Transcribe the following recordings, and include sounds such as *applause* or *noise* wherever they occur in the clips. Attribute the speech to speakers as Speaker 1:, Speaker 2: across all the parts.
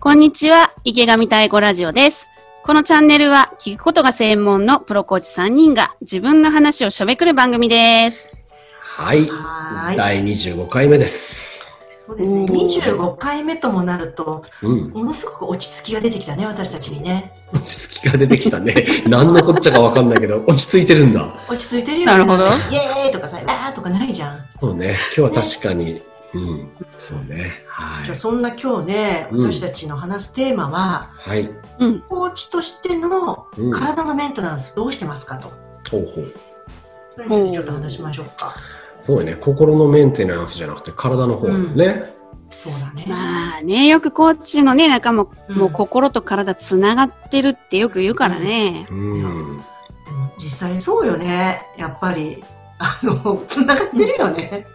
Speaker 1: こんにちは、池上太鼓ラジオです。このチャンネルは聞くことが専門のプロコーチ3人が自分の話をしゃべくる番組です。
Speaker 2: はい。
Speaker 3: はーい。
Speaker 2: 第25回目です。
Speaker 3: そうですね。
Speaker 1: おー
Speaker 3: 25回目ともなると、
Speaker 2: うん。
Speaker 3: ものすごく落ち着きが出てきたね、私たちにね。
Speaker 2: 落ち着きが出てきたね。 *laughs* 何のこっちゃかわかんないけど、落ち着いてるんだ。
Speaker 3: 落ち着いてるよね。
Speaker 1: なるほど
Speaker 3: イエーイとかさ、あーとかないじゃん。
Speaker 2: そうね。今日は確かに。うん。そうね。は
Speaker 3: じゃあ
Speaker 2: い。
Speaker 3: そんな今日ね、
Speaker 2: うん
Speaker 3: 私たちの話すテーマは、
Speaker 2: はい。
Speaker 1: うん。
Speaker 3: コーチとしての
Speaker 2: うん
Speaker 3: 体のメンテナンスどうしてますかと。
Speaker 2: ほうほう。
Speaker 3: それについてちょっと話しましょうか。
Speaker 2: そうね。心のメンテナンスじゃなくて、体の方ね。
Speaker 3: そうだね。
Speaker 1: まあね、よくコーチのね、仲も、
Speaker 3: うん
Speaker 1: もう心と体つながってるってよく言うからね。
Speaker 2: うん。
Speaker 3: でも実際そうよね。やっぱり、あの、つながってるよね。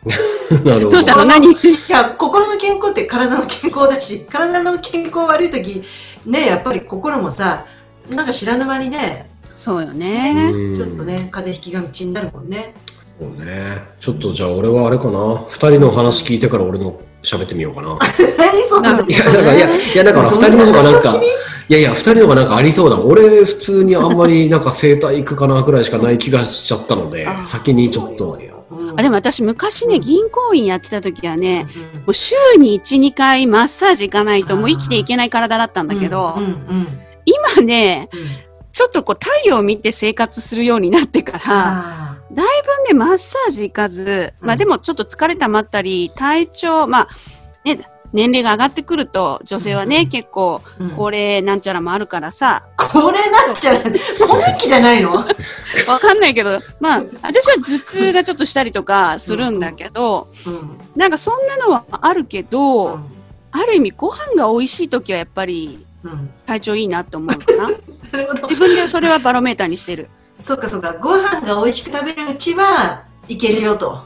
Speaker 2: なるほ
Speaker 1: どうしたの何
Speaker 3: いや、心の健康って体の健康だし、体の健康悪い時ね、やっぱり心もさ、なんか知らぬ間にね、
Speaker 1: そうよ
Speaker 2: う
Speaker 1: ね。
Speaker 2: ん
Speaker 3: ちょっとね、風邪ひきがちになるもんね。 *laughs*
Speaker 2: そうね。ちょっとじゃあ俺はあれかな。二人の話聞いてから俺の喋ってみようかな。
Speaker 3: 何そんなの
Speaker 2: いや、だから、いや、いやだから二人の方がなんか、いやいや、二人の方がなんかありそうだもん。俺、普通にあんまりなんか整体行くかなくらいしかない気がしちゃったので
Speaker 3: あ、ー
Speaker 2: 先にちょっと。
Speaker 1: あで
Speaker 3: も、
Speaker 1: も私昔
Speaker 3: う
Speaker 1: ね、
Speaker 3: ん
Speaker 1: 銀行員やってた時はね、
Speaker 3: うん
Speaker 1: もう週に1、2回マッサージ行かないともう生きていけない体だったんだけど、
Speaker 3: うんうんうん
Speaker 1: 今ね、
Speaker 3: うん
Speaker 1: ちょっとこう太陽を見て生活するようになってから、
Speaker 3: あ
Speaker 1: だいぶね、マッサージ行かず、
Speaker 3: うん
Speaker 1: まあでもちょっと疲れたまったり、体調、まあ、ね、年齢が上がってくると、女性はね、
Speaker 3: うん
Speaker 1: 結構、
Speaker 3: ーうん
Speaker 1: 高齢なんちゃらもあるからさ、
Speaker 3: これなっち
Speaker 1: *laughs*
Speaker 3: ゃう。小関じゃないの
Speaker 1: わかんないけど、まあ、私は頭痛がちょっとしたりとかするんだけど、なんかそんなのはあるけど、ある意味ご飯が美味しい時はやっぱり
Speaker 3: うんうん
Speaker 1: 体調いいなと思うかな。
Speaker 3: なるほど
Speaker 1: 自分でそれはバロメーターにしてる。
Speaker 3: そっかそっか、ご飯が美味しく食べるうちはいけるよと。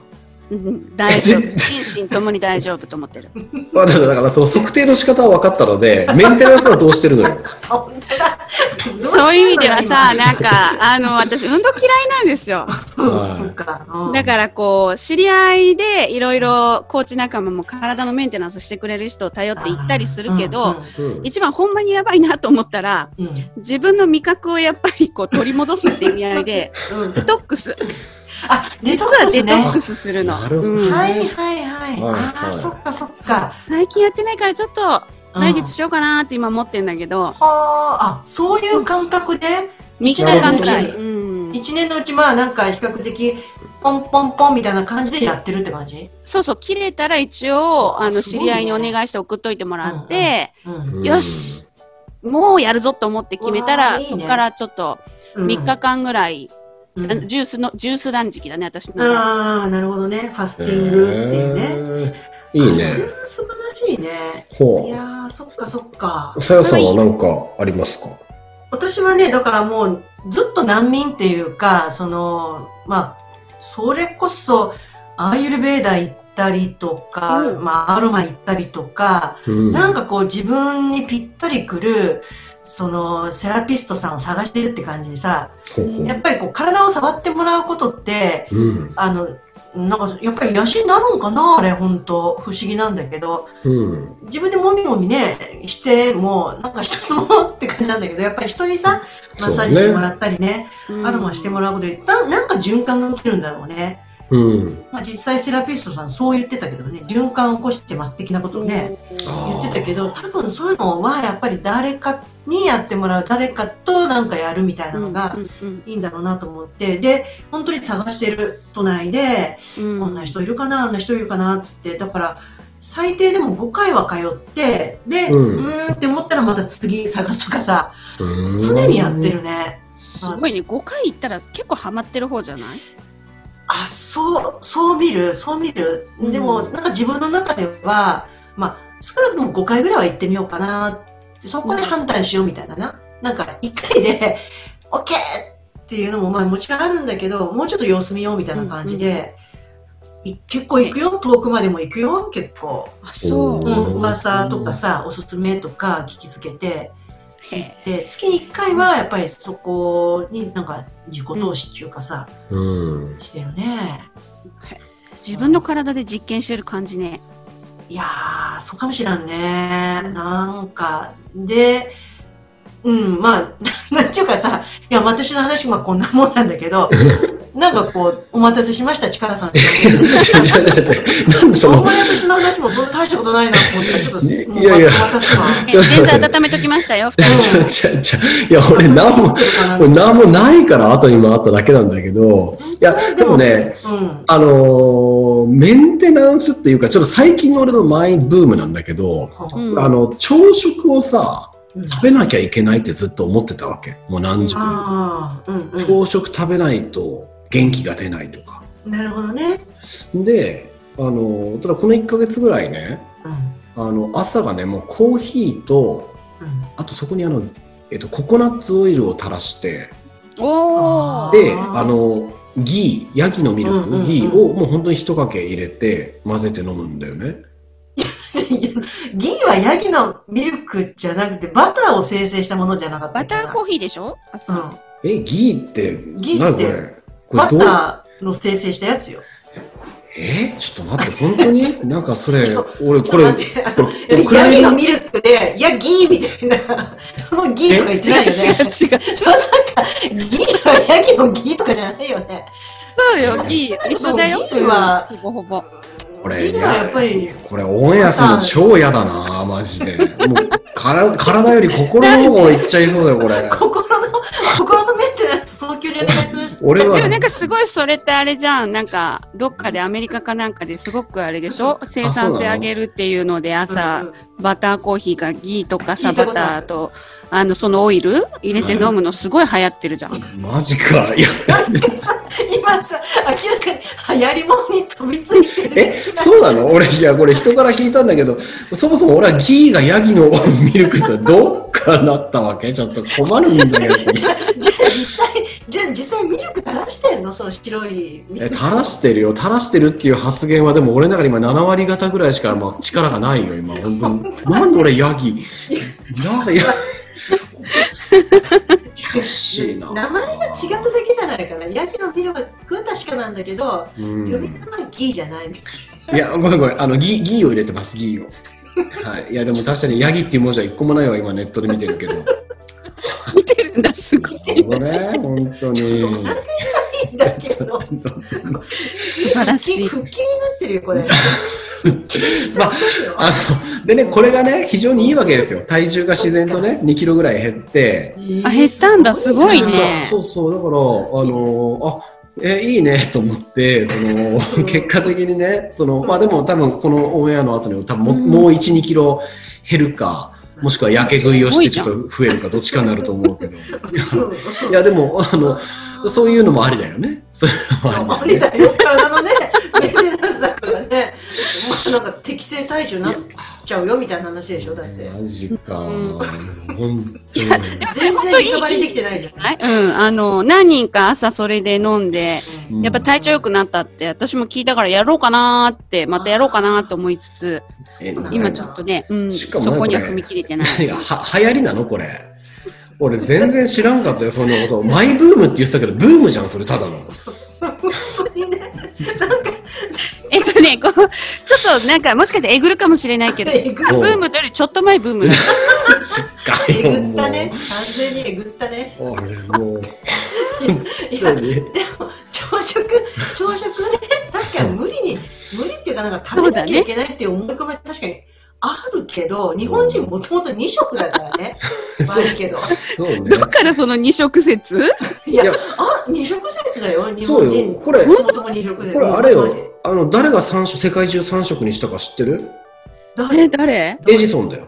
Speaker 1: うん大丈夫。心身ともに大丈夫と思ってる。
Speaker 2: まあ、だからだからその測定の仕方は分かったの
Speaker 3: *laughs*
Speaker 2: で、メンテナンスはどうしてるのよ。
Speaker 3: あ本当だ
Speaker 1: そういう意味ではさ、、なんか、あの、私、運動嫌いなんですよ。
Speaker 3: ど
Speaker 2: はい
Speaker 3: うしたんだろう今うんそっか。うん
Speaker 1: だから、こう、知り合いで、いろいろ、コーチ仲間も体のメンテナンスしてくれる人を頼って行ったりするけど、、
Speaker 2: うん
Speaker 1: 一番ほんまにやばいなと思ったら、
Speaker 3: うんうん
Speaker 1: 自分の味覚をやっぱり、こう、取り戻すっていう意味合いで、
Speaker 3: うん
Speaker 1: デトックス。
Speaker 3: あ、デト
Speaker 1: *laughs* 実
Speaker 3: ッ
Speaker 1: は
Speaker 3: クス
Speaker 1: デト
Speaker 3: ね。
Speaker 1: ックスするの。
Speaker 2: なるほど
Speaker 1: うん
Speaker 3: はいはいはい。
Speaker 2: はい
Speaker 3: ああ
Speaker 2: は
Speaker 3: ー、
Speaker 2: い
Speaker 3: そっかそっか。
Speaker 1: 最近やってないから、ちょっと、
Speaker 3: うん
Speaker 1: 来月しようかなーって今思ってんだけど、
Speaker 3: はあ、あ、そういう感覚で、
Speaker 1: 3日間くらい。
Speaker 3: なるほ
Speaker 1: うん
Speaker 3: 一年のうちまあなんか比較的、ポンポンポンみたいな感じでやってるって感じ
Speaker 1: そうそう、切れたら一応、あの、
Speaker 3: す
Speaker 1: 知
Speaker 3: ごい
Speaker 1: り
Speaker 3: ね
Speaker 1: 合いにお願いして送っといてもらって、
Speaker 3: うん。 *laughs*
Speaker 1: よし、もうやるぞと思って決めた
Speaker 3: う
Speaker 1: ら、
Speaker 3: わーいいね
Speaker 1: そこからちょっと
Speaker 3: うん
Speaker 1: 3日間ぐらい、
Speaker 3: うん
Speaker 1: あのジュースの、ジュース断食だね、私の中で。
Speaker 3: ああ、なるほどね。ファス
Speaker 2: うん
Speaker 3: ティングっていうね。
Speaker 2: へーいい
Speaker 3: あそれ
Speaker 2: ね。
Speaker 3: は素晴らしいね。い
Speaker 2: ほ
Speaker 3: やー、そっかそっか
Speaker 2: う。。さやさんは何かありますか
Speaker 3: 私はね、だからもうずっと難民っていうか、その、まあ、それこそ、アーユルベーダ行ったりとか、
Speaker 1: うん
Speaker 3: まあ、アロマ行ったりとか、
Speaker 2: うん
Speaker 3: なんかこう自分にぴったりくる、その、セラピストさんを探してるって感じでさ、
Speaker 2: ほうほ
Speaker 3: やっぱりこう体を触ってもらうことって、
Speaker 2: う。うん。
Speaker 3: あの、なんか、やっぱり癒しになるんかなあれ、本当不思議なんだけど。
Speaker 2: うん。
Speaker 3: 自分でもみもみね、しても、なんか一つもって感じなんだけど、やっぱり人にさ、マッサージしてもらったりね、
Speaker 1: うん
Speaker 3: アロマしてもらうことで、ななんか循環が起きるんだろうね。
Speaker 2: うん。
Speaker 3: まあ実際セラピストさんそう言ってたけどね、循環を起こしてます的なことをね、
Speaker 2: あ
Speaker 3: 言ってたけど、多分そういうのはやっぱり誰かにやってもらう、誰かとなんかやるみたいなのが
Speaker 1: うんうん
Speaker 3: いいんだろうなと思って、で、本当に探してる都内で、
Speaker 1: うん
Speaker 3: こんな人いるかな、あんな人いるかなっつって、だから、最低でも5回は通って、で、
Speaker 2: う
Speaker 3: うんん、ーんって思ったらまた次探すとかさ、
Speaker 2: うん
Speaker 3: 常にやって。るね。
Speaker 1: すごいね、5回行ったら結構ハマってる方じゃない
Speaker 3: あ、そう、そう見る、そう見る。でも、
Speaker 1: うん
Speaker 3: なんか自分の中では、まあ、少なくとも5回ぐらいは行ってみようかなって、そこで判断しようみたいなな。なんか、1回で、 *laughs* オッケーっていうのも、まあもちろんあるんだけど、もうちょっと様子見ようみたいな感じで、い結構行くよ、遠くまでも行くよ、結構。
Speaker 1: あ、そう。
Speaker 3: うん、噂とかさ、おすすめとか聞きつけて、
Speaker 1: へえ
Speaker 3: で、月に1回はやっぱりそこになんか自己投資っていうかさ、
Speaker 2: うん。 *laughs*
Speaker 3: してるね。
Speaker 1: 自分の体で実験してる感じね。
Speaker 3: いやー、そうかもしらんね。なんか、で、うん、まあ、 *laughs* なんちゅうかさ、いや、私の話、まあこんなもんなんだけ
Speaker 2: *laughs*
Speaker 3: ど、なんかこう、お待たせしました、チカラさん。
Speaker 2: ちょちょちょちょなんでそ
Speaker 3: あん
Speaker 2: の
Speaker 3: ま、り私の話もそんな大したことないなと思って、ちょっとす、もう
Speaker 2: いやいや
Speaker 3: 私
Speaker 2: *laughs*
Speaker 3: は。
Speaker 1: えレンズ温めときましたよ。
Speaker 2: ちょちょちょ、いや、俺、なんも、俺、なんもないから、後に回っただけなんだけど、いや、でもね、
Speaker 3: うん。
Speaker 2: あのーメンテナンスっていうか、ちょっと最近の俺のマイブームなんだけど、
Speaker 1: うん
Speaker 2: あの、朝食をさ、
Speaker 3: うん
Speaker 2: 食べなきゃいけないってずっと思ってたわけ。もう何時も。
Speaker 3: ああ、うんう
Speaker 2: 朝食食べないと元気が出ないとか。
Speaker 3: ん。なるほどね。
Speaker 2: で、あのーただこの1ヶ月ぐらいね、
Speaker 3: うん。
Speaker 2: あの、朝がね、もうコーヒーと、
Speaker 3: うん。
Speaker 2: あとそこにあの、えっと、ココナッツオイルを垂らして、
Speaker 1: おー。
Speaker 2: で、
Speaker 3: あー
Speaker 2: あの、ギー、ヤギのミルク、
Speaker 3: うんうんうん
Speaker 2: ギーをもう本当に一かけ入れて混ぜて飲むんだよね。
Speaker 3: *laughs* ギーはヤギのミルクじゃなくて、バターを生成したものじゃなかった
Speaker 1: バ
Speaker 3: っけ
Speaker 1: タ
Speaker 3: な
Speaker 1: ーコーヒーでしょあ、そう。
Speaker 2: え、ギーって、
Speaker 3: ギー
Speaker 2: 何
Speaker 3: っ
Speaker 2: こ
Speaker 3: て
Speaker 2: れ
Speaker 3: うん。
Speaker 2: こ
Speaker 3: バ
Speaker 2: れど
Speaker 3: タ
Speaker 2: う、
Speaker 3: ーの生成したやつよ。
Speaker 2: えちょっと待って、本当
Speaker 3: *laughs*
Speaker 2: になんかそれ、俺これ、
Speaker 3: ちょっ
Speaker 2: こ
Speaker 3: と待ってあ
Speaker 2: れ、これ
Speaker 3: のヤ
Speaker 2: 暗
Speaker 3: ギの
Speaker 2: 闇
Speaker 3: ミルクで、いや、ギーみたいな、そのギーとか言って *laughs* ないよね。
Speaker 1: *laughs* 違う違う。
Speaker 3: まさか、ギーはヤギのギーとかじゃないよね。
Speaker 1: そうよ、いいよ。一緒だよ。
Speaker 3: でもギーは
Speaker 1: うんほぼほぼ。
Speaker 2: これ、
Speaker 3: ギーはやっぱり、
Speaker 2: これオンエアするの超嫌だな、マジで。もう、から体より心の方がいっちゃいそうだよ、こ
Speaker 3: *laughs*
Speaker 2: れ。
Speaker 3: 心の、心のメンテナンス早急にお願いします。
Speaker 2: 俺は
Speaker 1: でも、なんかすごいそれってあれじゃん。なんか、どっかでアメリカかなんかですごくあれでしょ生産性上げるっていうので
Speaker 3: うん
Speaker 1: 朝、
Speaker 3: うん
Speaker 1: バターコーヒーかギーとか
Speaker 3: 聞
Speaker 1: さ、
Speaker 3: い
Speaker 1: バ
Speaker 3: たこと
Speaker 1: タ
Speaker 3: あ
Speaker 1: ー
Speaker 3: る
Speaker 1: と、あの、そのオイル入れて飲むのすごい流行ってる *laughs* じゃん。
Speaker 2: マジか。いや、
Speaker 3: 今さ、明らかに流行り物に飛びついてる。
Speaker 2: え、そうなの俺、いや、これ人から聞いたんだけど、そもそも俺はギーがヤギのミルクとどっからなったわけちょっと困るんだけど。
Speaker 3: じゃあ、じゃあ実際、じゃあ実際ミルク垂らしてんのその白いミル
Speaker 2: え
Speaker 3: ク。
Speaker 2: 垂らしてるよ、垂らしてるっていう発言は、でも俺の中で今7割方ぐらいしかまあ力がないよ、今。本当に。なんで俺ヤギなぜヤギおかしいな。
Speaker 3: 名前が違っただけじゃないかな。ヤギのミルクは確かなんだけど、
Speaker 2: うん
Speaker 3: 呼び名はギーじゃないみたい
Speaker 2: いや、ごめんごめん。あの、ギー、ギーを入れてます、ギーを。はい。いや、でも確かにヤギっていう文字は一個もないわ、今ネットで見てるけど。な
Speaker 1: 見てるんだ、すごい。
Speaker 2: るほどね、本当に。
Speaker 3: なんだけど。
Speaker 1: 素晴らしい。
Speaker 3: 腹筋になってる
Speaker 2: *laughs*
Speaker 3: よ、これ。
Speaker 2: まあ、あの、でね、これがね、非常にいいわけですよ。体重が自然とね、2キロぐらい減って。
Speaker 1: あ減ったんだすごい
Speaker 2: ずっと
Speaker 1: ね
Speaker 2: そうそう、だから、あの、あ、え、いいね、と思って、その、結果的にね、その、まあでも多分このオンエアの後に、多分も,、う
Speaker 1: うん
Speaker 2: もう1、2キロ減るか、もしくはやけ食いをしてちょっと増えるか、どっちかになると思うけど。いや、でも、あの、そういうのもありだよね。そういうのもあ
Speaker 3: あ
Speaker 2: り
Speaker 3: り
Speaker 2: だよね。
Speaker 3: だよ、体のね、メンテナンスだからね、まあ、なんか適正体重になっちゃうよみたいな話でしょ、だって。
Speaker 2: マジか。
Speaker 1: うん
Speaker 2: 本当に。
Speaker 3: 全然リカバリーできてないじゃん。
Speaker 1: はいうん、あの、何人か朝それで飲んで、やっぱ体調良くなったって、私も聞いたからやろうかなーって、またやろうかなーって思いつつ、
Speaker 3: そうなんだ
Speaker 1: 今ちょっとね、うん、
Speaker 2: し
Speaker 1: そ
Speaker 2: かもね
Speaker 1: こには
Speaker 2: これ
Speaker 1: 踏み切れてない。
Speaker 2: 何がは流行りなのこれ。俺全然知らんかったよ、そんなこと。マイブームって言ってたけど、ブームじゃん、それただの。
Speaker 3: 本当にね、なんか、
Speaker 1: えっとね、こう、ちょっとなんか、もしかしてえぐるかもしれないけど、
Speaker 3: えぐ
Speaker 1: ブームというよりちょっと前ブーム。
Speaker 2: しっか
Speaker 3: え
Speaker 2: りよ、
Speaker 3: ぐっ
Speaker 2: もう。
Speaker 3: たね、完全にえぐったね。
Speaker 2: 俺もう、
Speaker 3: いや
Speaker 2: 本当、に。
Speaker 3: 朝食、朝食ね、確かに無理に、無理っていうか、なんか食べなきゃいけないっていう思い込みは確かにあるけど、日本人もともと2食だからね、悪いけど。
Speaker 2: そうね。
Speaker 1: どっからその二色説
Speaker 3: いや
Speaker 2: いや、
Speaker 3: あ、二食説だよ、日本
Speaker 2: そう
Speaker 3: 人。
Speaker 2: よこれ
Speaker 3: そもそも二食説。
Speaker 2: これあれよ
Speaker 3: マジ、
Speaker 2: あの、誰が三色、世界中3色にしたか知ってる
Speaker 1: え、
Speaker 3: 誰
Speaker 1: 誰
Speaker 2: エジソンだよ。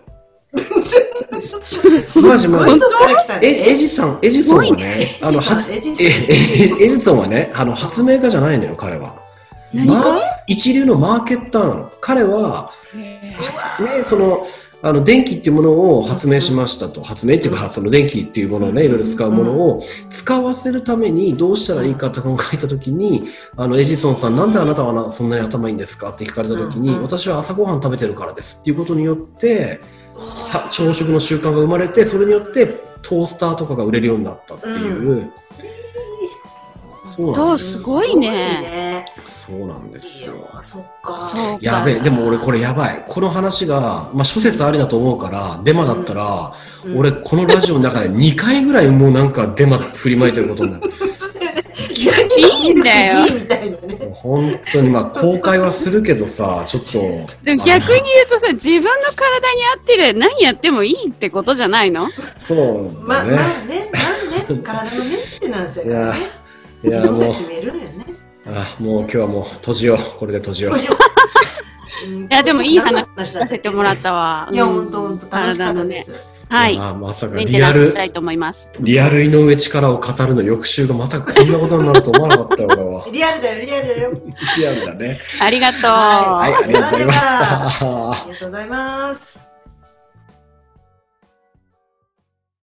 Speaker 3: す
Speaker 2: マジマジ
Speaker 3: どっから来たの
Speaker 2: え、エジソン、エジソンはね、
Speaker 3: すごいね
Speaker 2: あの、
Speaker 3: エ
Speaker 2: エ
Speaker 3: ジ
Speaker 2: ジ
Speaker 3: ソン
Speaker 2: えエジソンはね、あの、発明家じゃないのよ、彼は。
Speaker 1: 何
Speaker 2: ま一流のマーケッターなの。彼は、ね、その、あの、電気っていうものを発明しましたと。発明っていうか、その電気っていうものをね、いろいろ使うものを使わせるためにどうしたらいいかって考えたときに、あの、エジソンさん、なんであなたはなそんなに頭いいんですかって聞かれたとき
Speaker 3: うん
Speaker 2: に
Speaker 3: う、ん
Speaker 2: 私は朝ごはん食べてるからですっていうことによって、さ朝食の習慣が生まれて、それによってトースターとかが売れるようになったっていう。そうなんです
Speaker 1: そう、すごいね。
Speaker 3: ね。
Speaker 2: そうなんですよ。
Speaker 3: そっか。
Speaker 1: そうか
Speaker 2: やべえ、でも俺これやばい。この話が、まあ諸説ありだと思うから、デマだったら、
Speaker 3: うん
Speaker 2: 俺このラジオの中で2回ぐらいもうなんかデマ振りまいてることになる。
Speaker 1: いいんだよ
Speaker 3: ギーみたいなね。
Speaker 2: もう本当にまあ公開はするけどさ、ちょっと。
Speaker 1: でも逆に言うとさ、自分の体に合ってりゃ何やってもいいってことじゃないの
Speaker 2: あの。そう
Speaker 3: ま
Speaker 2: だ
Speaker 3: あ、
Speaker 2: ね。
Speaker 3: まあね、まあね、体のメンテナンスやからね。
Speaker 2: い
Speaker 3: 自
Speaker 2: や
Speaker 3: 分が
Speaker 2: もう、
Speaker 3: 決めるのよね。
Speaker 2: あもう今日はもう閉じよう。これで閉じよう。
Speaker 3: い
Speaker 1: いやでもいい話
Speaker 3: さ
Speaker 1: させてもらったわ。
Speaker 3: いや、
Speaker 1: うん
Speaker 3: ほんとほんと楽しかったです。。
Speaker 1: はい
Speaker 2: や。まさか
Speaker 1: メン
Speaker 2: リ
Speaker 1: テナ
Speaker 2: ア
Speaker 1: ンス
Speaker 2: ル
Speaker 1: し、たいと思います。
Speaker 2: リアル井上力を語るの翌週がまさかこんなことになると思わなかったよ、俺は
Speaker 3: *laughs* リアルだよ、リアルだよ。
Speaker 2: リアルだね。
Speaker 1: ありがとう。
Speaker 3: は
Speaker 2: はい、ありがとうございました。
Speaker 3: ありがとうございます。